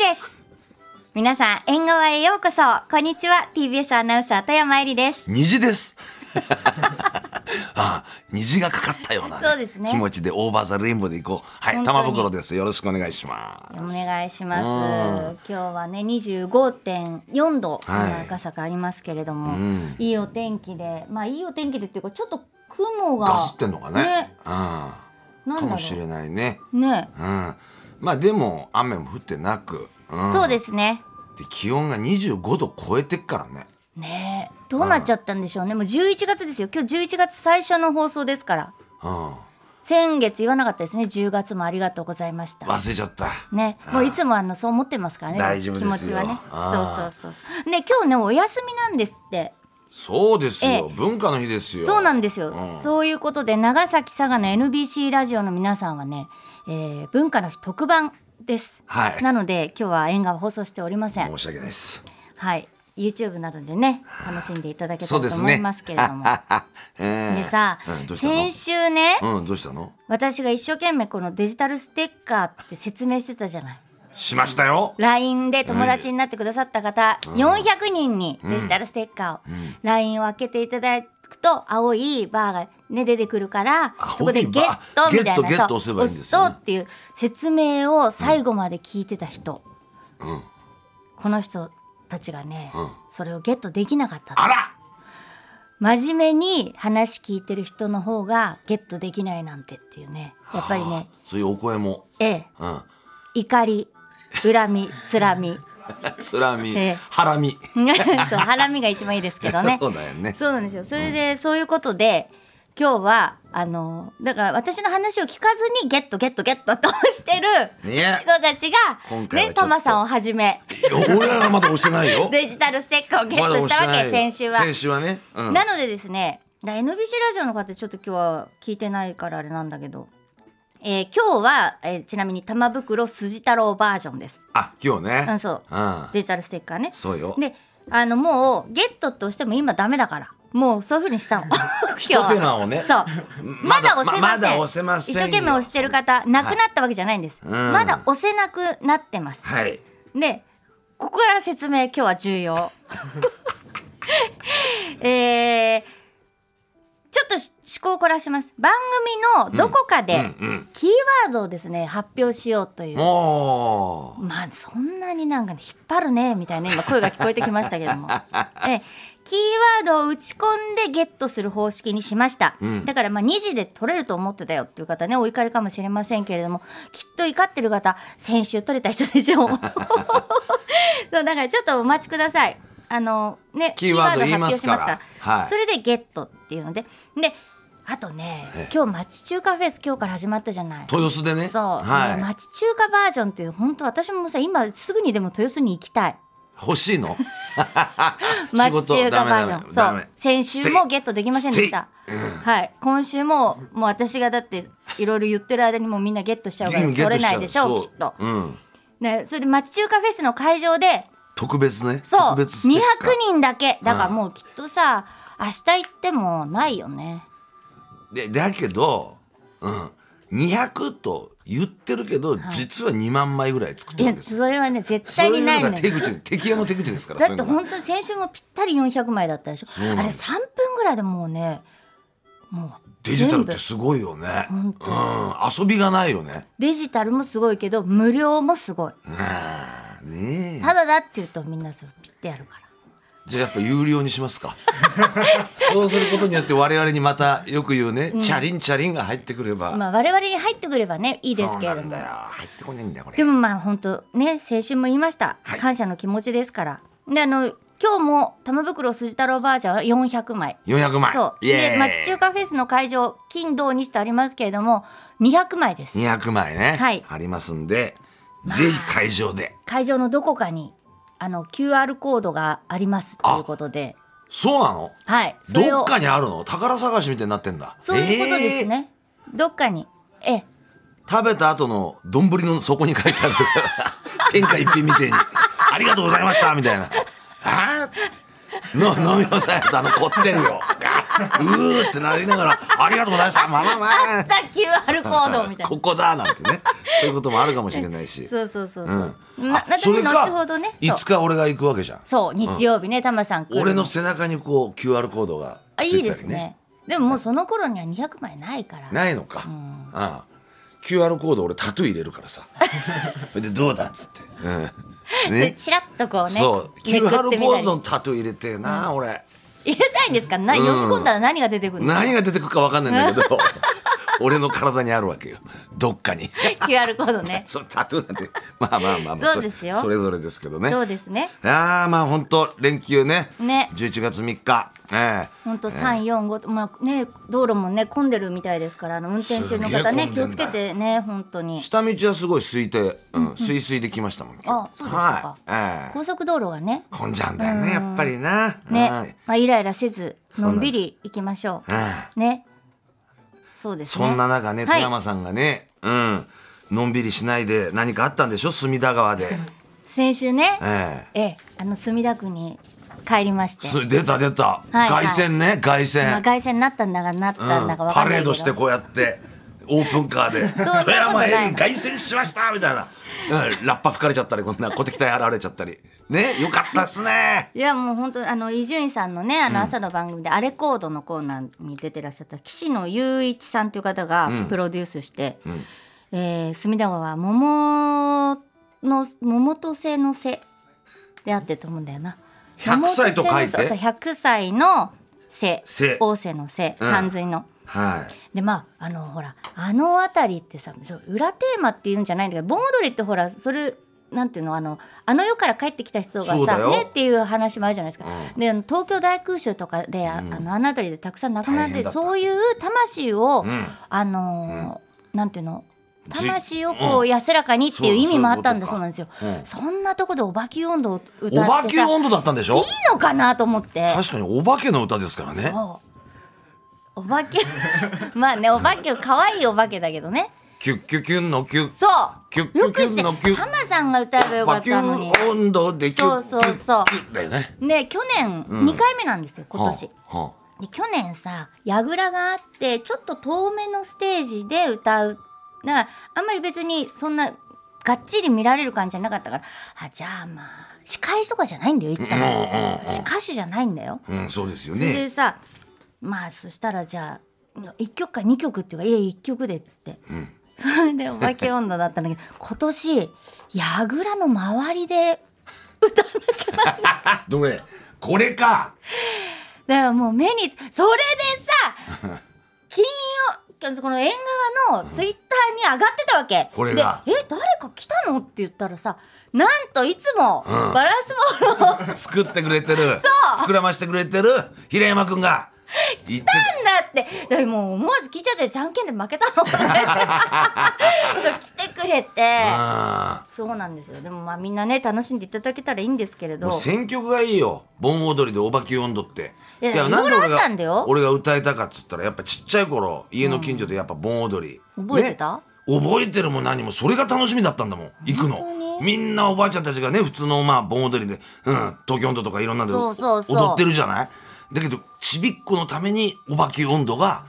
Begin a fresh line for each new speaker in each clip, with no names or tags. です皆さん縁側へようこそこんにちは TBS アナウンサー富山えりです
虹です。 ああ、虹がかかったようなね、
そうですね
気持ちでオーバーザレインボーでいこう。は
本
い、
当に
玉袋です。よろしくお願いします。
お願いします
う
今日はね25.4度
はい
今赤坂ありますけれども、
ん
いいお天気でまあいいお天気でっていうかちょっと雲が
ガスってんのかね。
ね
うん。か
なんだ
も
ろ
しれないね。
うね、
うん。まあでも雨も降ってなく、うん、
そうですね
で気温が25度超えてっからね。
ねえどうなっちゃったんでしょうねもう11月ですよ今日11月最初の放送ですから
うん。
先月言わなかったですね10月もありがとうございました
忘れちゃった。
ね、もういつもあのそう思ってますからね
大丈夫ですよ
気持ちはねそう
あー
そうそうそうで今日ねお休みなんですって
そうですよ。
え
文化の日ですよ。
そうなんですよ、そういうことで長崎佐賀の NBC ラジオの皆さんはね、えー文化の日特番です、
はい
なので今日は縁側放送しておりません
申し訳ないです。
はい YouTube などでね楽しんでいただけた
そう
ら
で
と
す
思い
ね。
ますけ れども
ええ
でさ、
うん、どうしたの
先週ね、
うん、どうしたの
私が一生懸命このデジタルステッカーって説明してたじゃない
しましたよ。
LINE で友達になってくださった方、400人にデジタルステッカーを、LINE を開けていただくと青いバーが、ね、出てくるから
青い
そこでゲッ
バ
ト
ー
み
ゲッ
たいな
トゲッ
そう
ト押せばいいんですよね
押すとっていう説明を最後まで聞いてた人、
ん
この人たちがね、
うん
それをゲットできなかったの
あら
真面目に話聞いてる人の方がゲットできないなんてっていうねやっぱりね、
そういうお声も。
ええ
うん。
怒り恨みつらみ
つらみ
ええ、
ハラミ。
そうハラミが一番いいですけどね
そうだよね。
そうなんですよ。それで、そういうことで、今日は、あの、だから私の話を聞かずに、ゲットゲットゲットとしてる
ね
人たちが
今、回はちょ
ね、
っと
タマさんをはじめ、
いや俺らはまだ押してないよ。
デジタルステッカーをゲッ
まだ
ト
押
したわ
な
け、
い
先週は。
先週はね。うん。
なのでですね、だ NBC ラジオの方、ちょっと今日は聞いてないからあれなんだけど、えー今日は、えーちなみに玉袋筋太郎バージョンです。
あ、今日ね。
うん、そう。
うん。
デジタルステッカーね。
そうよ。
で、あの、もう、ゲットって押しても今ダメだから。もう、そういうふうにしたの。
一手間をね。
そう。まだ押せません。
まだ押せません
一
よ
生懸命押してる方、なくなったわけじゃないんです。
ん
まだ押せなくなってます。
はい。
で、ここから説明、今日は 重要。えーちょっとし趣向を凝らします。番組のどこかで、
うんうん。
キーワードをですね、発表しようという。
もう。
まあ、そんなになんか、引っ張るね、みたい な今声が聞こえてきましたけども。えーキーワードを打ち込んでゲットする方式にしました、
ん
だからまあ2時で取れると思ってたよっていう方ねお怒りかもしれませんけれどもきっと怒ってる方先週取れた人でしょう そうだからちょっとお待ちくださいあのね
キーワード言いますから
キーワード発表しますから
はい
それでゲットっていうのでであとね今日町中華フェス今日から始まったじゃない
豊洲でね。
そう、ね
は
町中華バージョンっていう本当私もさ今すぐにでも豊洲に行きたい
い。欲しい の 仕
町
事
中華
ダメ
バー
ダ
ジ
メ
ョン。そ
ダ
う
メ。
先週もゲットできませんでした。はい。今週も、もう私がだって、いろいろ言ってる間にもうみんなゲットしちゃうから、取れないでしょう、きっと。
うん。
ね、それで町中華フェスの会場で、
特別ね。
そう、
特別ステ
200
ッカー
人だけ。だからもうきっとさ、明日行ってもないよね。
でだけど、うん、200と言ってるけど、実は2万枚ぐらい作ってる
い
わ
や
け、ですよ。
それはね、絶
そう
対
い
にな
う
いの
の
よ
が。手口敵屋の手口ですから
だって
そういうのが
本当に先週もぴったり400枚だったでしょ。あ
うなん
れ
だ
3分ぐらいでもうね、もう
デジタルっ
全部
てすごいよね、う
本
ん、遊びがないよね。
デジタルもすごいけど、無料もすごい。
うんねえ
ただだって言うとみんなそれピッてやるから。
じゃあやっぱ有料にし ますかそうすることによって我々にまたよく言うね、チャリンチャリンが入ってくれば、
まあ我々に入ってくればねいいですけ
そ
れど
うなん
も
だよ入ってこないんだよこれ
でもまあ本当ね青春も言いました、
はい
感謝の気持ちですからであの今日も玉袋筋太郎バージョンは400枚
400枚
そう
イエー
で
イ
町中華フェスの会場金土日とありますけれども200枚です
200枚ね、
はい
ありますんでぜひ会場で
会場のどこかにあの QR コードがありますということで
そうなの
はいそれ
どっ
を
かにあるの宝探しみたいになってんだ。
そういうことですね、どっかにえ
え
え
ー食べた後の丼の底に書いてあると か、天下一品みたいに、ありがとうございましたみたいな。あーの飲み干されたあのこってりをガーうーってなりながら「ありがとうございましたまあまあま
あ
あ
った QR コードみたい
ここだ」なんてねそういうこともあるかもしれない
な。
し
そうそうそう
う
そ
ん
う。な
あそれ
私
か
後ほどね。
い
そう
つか俺が行くわけじゃん
そう日曜日ねタマさん来る。
俺の背中にこう QR コードが
あ
く
い
っつ
い
いて
で
た
す
りね
ね。でももうその頃には200枚ないから。
ないのか、ああ QR コード俺タトゥー入れるから さそれでどうだっつって、うん
で
ね
チラッとこうね。
そう
め
QR
く
コ
ってみた
ー
り
ドのタトゥー入れてえな、俺
入れたいんですか。な読み込んだら何が出てくるの。
何が出てくるか分かんないん だけど俺の体にあるわけよどっかに
QR コードね。
そうタトゥーなんてまあまあまあまあ
そうですよ
それぞれですけどね
そうですね。
ああまあ本当連休ね
ね
11月3日ええ
本当三四五まあね道路もね混んでるみたいですからあの運転中の方ね
す
気
げえ混
を
んでんだよ
つけてね本当に
下道はすごい空いて、うん、すいすいできましたもん。今
あ
日
そうでした
は
か
い、ええ
高速道路がね
混んじゃうんだよね、やっぱりな。は
ね
い、
まあイライラせず
うな
の
んです
んびり行きましょ
ええ
うねそうですね
そんな中ね、
は
富
い
山さんがね、うん、のんびりしないで、何かあったんでしょ隅田川 で。
先週ね
ええ
ええあの墨田区に帰りまして
す出た出た、
はいは
凱
い
旋ね、凱
まあ
旋。
凱旋になったんだかなったん
うん
だかわか
パ
んな
レ
い
ー
け
ド
ど
してこうやって。オープンカ ーで
んなこと
富山
ない
へ凱旋しましたみたいな、うん、ラッパ吹かれちゃったりこんな小敵隊払われちゃったりねよかったっすね
いやもう本当あの伊集院さんのねあの朝の番組で「アレコード」のコーナーに出てらっしゃった岸野雄一さんという方がプロデュースして、えー隅田川は桃の桃と瀬の瀬であってると思うんだよな。
100歳と書いて
桃瀬の瀬そう100歳の瀬
瀬
大瀬の瀬
うん
山水の。
はい
でまああのほらあの辺りってさそう裏テーマっていうんじゃないんだけど盆踊りってほらそれなんていうのあのあの世から帰ってきた人が
そうだ
さ
よ
ねっていう話もあるじゃないですか、であの東京大空襲とかで、ああのあの辺りでたくさん亡くなっ
大変
て
だった
そういう魂を、
ん
あのーなんていうの
じ
魂をこう安らかにっていう意味もあったんだ
そ
そ
だ
ううなんですよ、
うん
そんなとこでお化け温度を歌って
お
さ
化け温度だったんでしょ
いいのかなと思って
確かにお化けの歌ですからね。
そうお化け まあねお化け可愛いお化けだけどね
キュッキュキュンのキュッ。
そ
キュッ
う
キュキ
よくし
ュ
て
ンのキュッ。
ハマさんが歌えばよか
バ
っ
キュ
たのに
ン温度でキュッキ
そ
ュ
うそうそ
ッ
う
キュッだよね。
ね去年2回目なんですよ、今年
はあはあ
で去年さ櫓があってちょっと遠めのステージで歌うだからあんまり別にそんながっちり見られる感じじゃなかったからあじゃあまあ司会とかじゃないんだよ言ったら、
うんうんうん
歌手じゃないんだよ、
うん、そうですよ
それで
ね。
さまあそしたらじゃあ1曲か2曲っていうかいや1曲でっつって、それで「お化け温度」だったんだけど 今年櫓の周りで
どれこれか。
だからもう目にそれで さ金曜この縁側のツイッターに上がってたわけ、
これが
でえ誰か来たの?」って言ったらさなんといつも
うん
バランスボールをだ
作ってくれてる。膨らましてくれてる平山くん が。言って
ってだからもう思わず聞いちゃって「じゃんけんで負け たの?」ってそう来てくれて。
あ
そうなんですよ。でもまあみんなね楽しんでいただけたらいいんですけれ
ー
ど
もう、選曲がいいよ盆踊りでお化け温度って
いやいろいろあったんだよ
俺が歌えたかっつったらやっぱちっちゃい頃家の近所でやっぱ盆踊り、
うん覚えてた
ね覚えてるも何もそれが楽しみだったんだもん行くの
本当に
みんなおばあちゃんたちがね普通のまあ盆踊りで、うん、東京温度とかいろんなので
そうそうそう
踊ってるじゃないだけどちびっ子のためにお化け温度が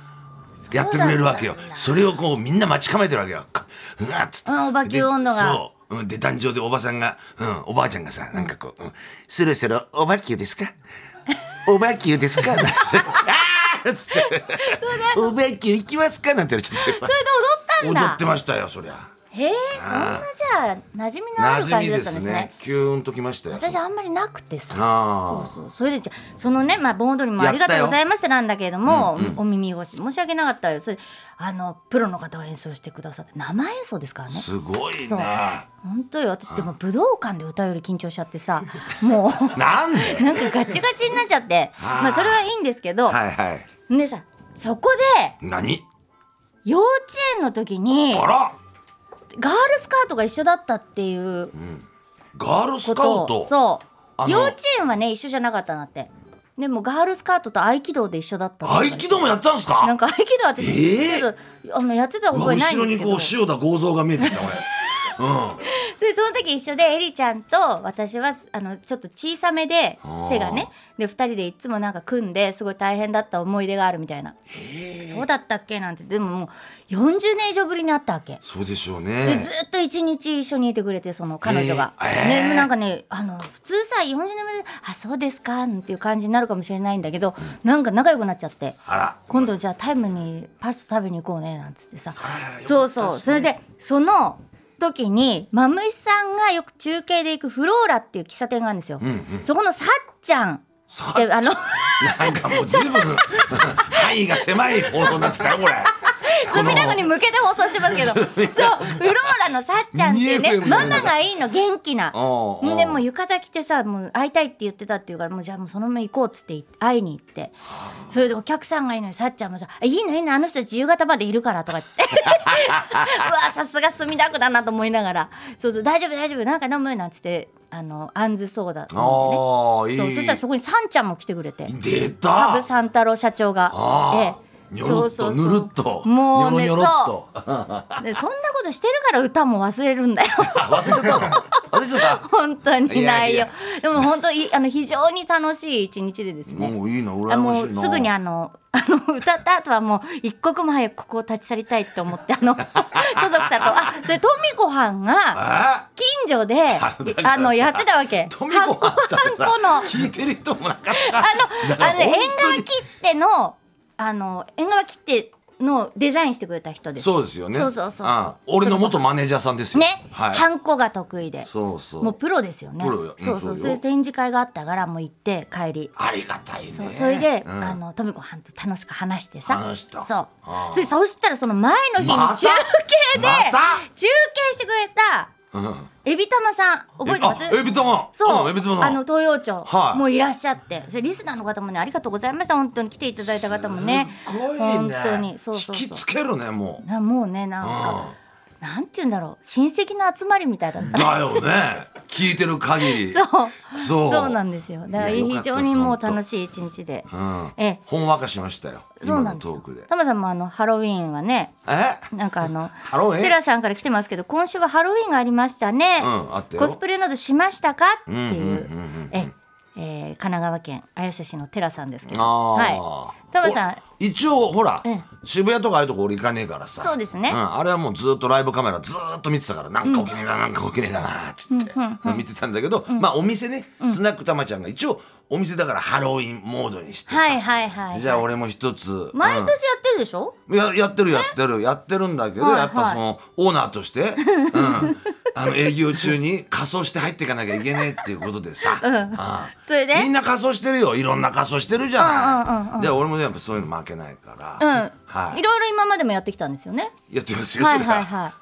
やってくれるわけよ
そうなんだ
それをこうみんな待ち構えてるわけよかうわっつって
うんお化け温度が
でそう、うん、で壇上でおばさんが、うん、おばあちゃんがさなんかこう、うん「そろそろお化けですか お化けですか?」 なんてあーっつって「お化け行きますか?」なんて言われちゃってさ
それで踊ったんだ。
踊ってましたよそりゃ
へえ、そんなじゃあ馴染みのあ
馴
る感
染み
じだ
で
ったん
す
ですね。
ねキューンときましたよ
私あんまりなくてさ。
あー
そうそう。それでじゃあそのねまあ盆踊りもありがとうございましたなんだけれども、お耳越し申し訳なかったよ。それであのプロの方が演奏してくださって生演奏ですからね。
すごい
そう
ね
本当よ私でも武道館で歌うより緊張しちゃってさ もう
なんで
なんかガチガチになっちゃって
あー
まあそれはいいんですけど、
はいはい
でさそこで
何
幼稚園の時に
あら
ガールスカウトが一緒だったっていう
ガールス
こ
カ
と
ウ
を
ト
そう
あの
幼稚園はね一緒じゃなかったなってでもガールスカウトと合気道で一緒だったとか
合気道もやってたんですか
なんか合気道私、
えー
ちょっとあのやってた
うわ
覚えない
後
ん
ろに
ですけ
こ
ど
う塩田剛造が見えてきた俺
それその時一緒でエリちゃんと私はあのちょっと小さめで背がねで2人でいつもなんか組んですごい大変だった思い出があるみたいなそうだったっけなんてでももう40年以上ぶりに会ったわけ
そうでしょう
それ
ね
ずっと一日一緒にいてくれてその彼女が、
えーえー
ね、なんかねあの普通さ40年目で「あそうですか」なんていう感じになるかもしれないんだけど、なんか仲良くなっちゃって
あら
今度じゃあタイムにパスタ食べに行こうねなんつってさ
あら
そうそうそれでその時にマムイさんがよく中継で行くフローラっていう喫茶店があるんですよ、そこのさっちゃん
さ
ってあの
なんかもう随分 範囲が狭い放送になってたよこれ
隅田区に向けて放送してますけどそうフローラのさっちゃんっていうね
2FM
ママがいいの元気な
おうおう
でもう浴衣着てさもう会いたいって言ってたっていうからもうじゃあもうそのまま行こうっつって会いに行ってそれでお客さんがいいのにさっちゃんもさ「いいのいいのあの人たち夕方までいるから」とかっつって うわさすが墨田区だなと思いながら「そうそう大丈夫大丈夫なんか飲む」なんつってあのあんずソーダ飲んでね
ああいい
そうそしたらそこにさんちゃんも来てくれて
出
羽
た
生三太郎社長が
あー
ええ
にょろっとぬるっと
もうね
にょろにょろっと
そうでそんなことしてるから歌も忘れ るんだよ
忘れちゃったの忘れちゃった
本当にない
いや
よ
い。
でも本当いあの非常に楽しい一日でですね。
もういいな
あ
羨ま
も
しいうな
すぐにあのあの歌った後はもう一刻も早くここを立ち去りたいと思ってあ の所属者とあそれトミコはんが
あ
近所であ
だからさ
のやってたわけ。
トミコはさ
発酵はんこのあ
聞いてる人もなかった
のあの
だから
縁
本当に
側切ってのあの縁側切ってのデザインしてくれた人です。
そうですよね
そうそうそう
ああ俺の元マネージャーさんですよ
ね、
はい
ハンコが得意で。
そうそう
もうプロですよね。
プロようん
そう
そう
そう、
よ
それで展示会があったから、もう行って帰り。
ありがたいね
そう、それで、
うん
あの、とみこはんと楽しく話してさ。
話した
そう
あ。あ
それ、そうしたら、その前の日に
また
中継で、
また
中継してくれた。
うん
エビ玉さん、覚えてます
あ。エビ玉
そう、
んエビ玉さん
あの東洋町、
はい
もういらっしゃって、それリスナーの方もね、ありがとうございました。本当に来ていただいた方もね。
すごいね
本当に、そうそう
引き
そう
つ。けるねも
なもうね、なんか、なんて言うんだろう、親戚の集まりみたいだっ
う
た。
だよね聞いてる限り
そうう。
そう
そうなんですよ。だから
いやよか
非
った
常にもう
本当
楽しい一日で。
うん
ええ
ほんわかしましたよ
そう
今
な
の
んですよ
トークで
タマさんもあのハロウィーンはね、
え
なんかあの
ハロウィン
テラさんから来てますけど、今週はハロウィーンがありましたね。
うんあったよ
コスプレなどしましたかって
うんうんうんう
い
ん
う。えええー神奈川県綾瀬市のテラさんですけど、
ああ、
はい。タマさん、
お一応ほら、
うん
渋谷とかああいうとこ俺行かねえからさ
そうですね
ん、あれはもうずっとライブカメラずーっと見てたからなんか起きねえな、なんか起きねえなっつって、見てたんだけど、まあお店ね、スナックたまちゃんが一応お店だからハロウィンモードにしてさ、
はいはいはい。
じゃあ俺も一つ
毎年
うん
やってるでしょ？
ややってるやってるやってるんだけど、
はいはい
やっぱそのオーナーとして、うん、あの営業中に仮装して入っていかなきゃいけねえっていうことでさ、ああ
それで、
みんな仮装してるよいろんな仮装してるじゃない、で俺もねやっぱそういうの負けないから、
うん、
はい
いろいろ今までもやってきたんですよね。
やってますよ
はい
それ
はいはい。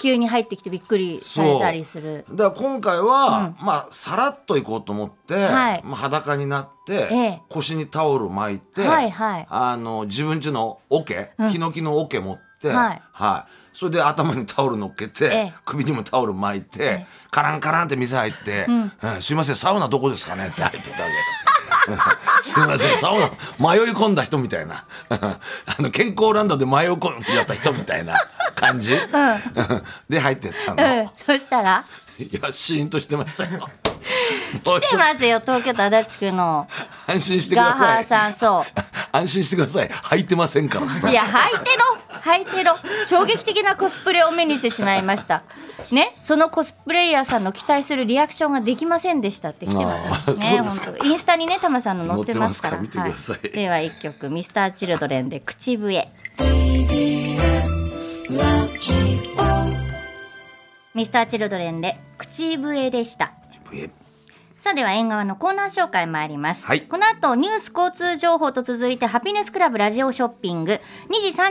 急に入ってきてびっくりさ
そ
れ
う
たりする。
だから今回は、まあさらっと行こうと思って、
はい
まあ、裸になって、
ええ
腰にタオル巻いて、
はいはい
あの自分家の桶、ヒノキの桶持って、
はい
はいそれで頭にタオル乗っけて、
ええ
首にもタオル巻いて、
え
カランカランって店入って「うんすいませんサウナどこですかね?」って入ってったわけ。 すみません、サウナ迷い込んだ人みたいな。 あの、健康ランドで迷い込んじゃった人みたいな感じ。 で、入ってったの。
うん、そしたら。
いや、シーンとして ましたよ。
来てますよ東京都足立 区の
安心してく
ガー
だ
ハ
さ
ー
い。
さんそ
安心してください。履いてませんから。伝え
ういや履いてろ履いてろ衝撃的なコスプレを目にしてしまいましたねそのコスプレイヤーさんの期待するリアクションができませんでしたって来てます
あー
ね
そうですか
本当インスタにねタマさんの載ってますから
載ってますから見てください
はでは一曲ミスターチルドレンで口笛ミスターチルドレンで口笛でしたさあでは縁側のコーナー紹介参ります、
はい
この後ニュース交通情報と続いてハピネスクラブラジオショッピング2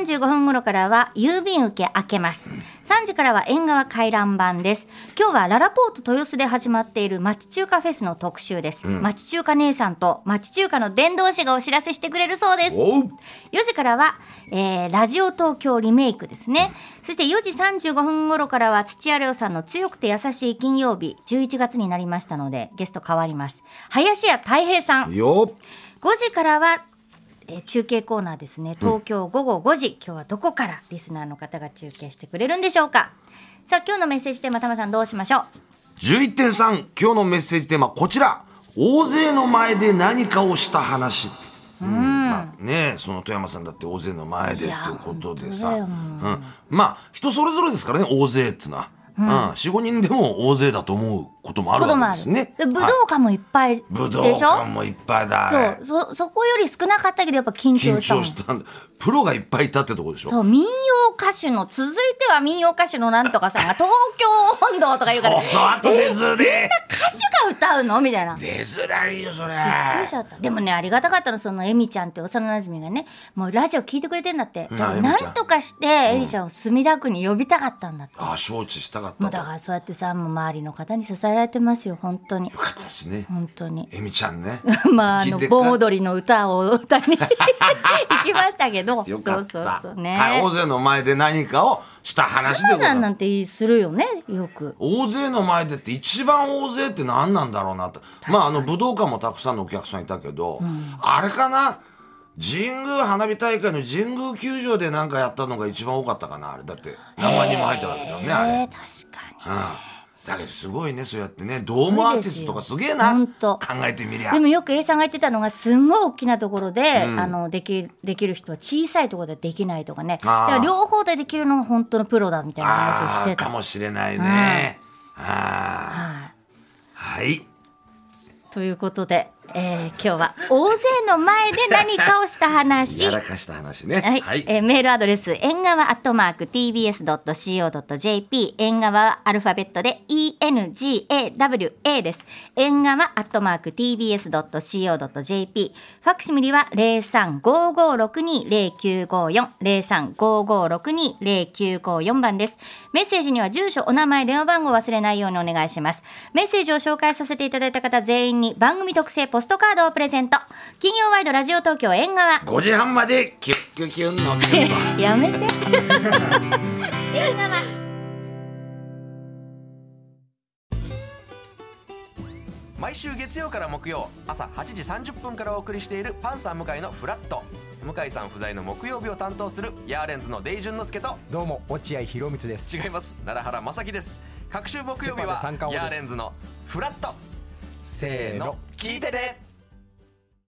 時35分頃からは郵便受け開けます3時からは縁側回覧版です今日はララポート豊洲で始まっている町中華フェスの特集です、町中華姉さんと町中華の伝道師がお知らせしてくれるそうです
おう。
4時からは、えーラジオ東京リメイクですねそして4時35分頃からは土屋レオさんの「強くて優しい金曜日」11月になりましたのでゲスト変わります林家たい平さん
よ。
5時からはえー中継コーナーですね東京午後5時、今日はどこからリスナーの方が中継してくれるんでしょうかさあ今日のメッセージテーマ玉さんどうしましょう
11.3今日のメッセージテーマこちら大勢の前で何かをした話まあねえその富山さんだって大勢の前でっていうことでさ、
いや
うん
本、
まあ人それぞれですからね大勢ってのは、うん45人でも大勢だと思うこともある
子供あ
わけ
る
ですね
で武道
はい
館もいっぱいでしょ
武道館もいっぱいだあれ
そうそそこより少なかったけどやっぱ緊
緊
張したも
張
ん
したんだプロがいっぱいいたってとこでしょ
そう民謡歌手の続いては民謡歌手のなんとか さんが東京音頭とか言うから
この後出ずれ
歌手が歌うのみたいな。びっ
出づらいよそれ
くりしちゃったでもねありがたかったのそのエミちゃんって幼馴染がねもうラジオ聞いてくれてんだって
うん
だから
あエミちゃん
なんとかしてエリちゃんを墨田区に呼びたかったんだって
あ承知したかった
もうだ
とよ
からそうやってさもう周りの方に支えられてますよ本当に
かったですね
本当に
えみちゃ んね
まああ
聞い
の
てるか
盆踊りの歌を歌い に行きましたけど
よかった
そうそうそうね、
はい、大勢の前で何かをした話で
お母
ござ
さ
い
ん
ま
な
す
んてするよねよく
大勢の前でって一番大勢って何なんだろうなとまああの武道館もたくさんのお客さんいたけど、あれかな神宮花火大会の神宮球場で何かやったのが一番多かったかなあれだって何万人も入ったわけだよねあれ、
えー確かに
だけどすごいねそうやってねドームアーティストとかすげえな
ほん
考
と
えてみりゃ
でもよく A さんが言ってたのがすんごい大きなところで、あのできるできる人は小さいところでできないとかねだ
あー
から両方でできるのが本当のプロだみたいな話を
あ
し
あ
て
か
た。
もしれないね、ああ
はい
はい
ということで、えー今日は大勢の前で何かをした話
やらかした話ね
はい、
はい、
えーメールアドレス縁側アットマーク tbs.co.jp 縁側はアルファベットで engawa です縁側アットマーク tbs.co.jp ファクシミリは0355620954 0355620954番ですメッセージには住所お名前電話番号を忘れないようにお願いしますメッセージを紹介させていただいた方全員に番組特製ポストカードをプレゼント金曜ワイドラジオ東京縁側
5時半までキュッキュキュンのキュンと
やめて。
毎週月曜から木曜朝8時30分からお送りしているパンサー向井のフラット向井さん不在の木曜日を担当するヤーレンズのデイジュンの之介と
どうも落合博満です
違います奈良原正樹です各週木曜日は
セパで三冠王
ヤ
で
ー
す
レンズのフラット
せ
せーの聞いてね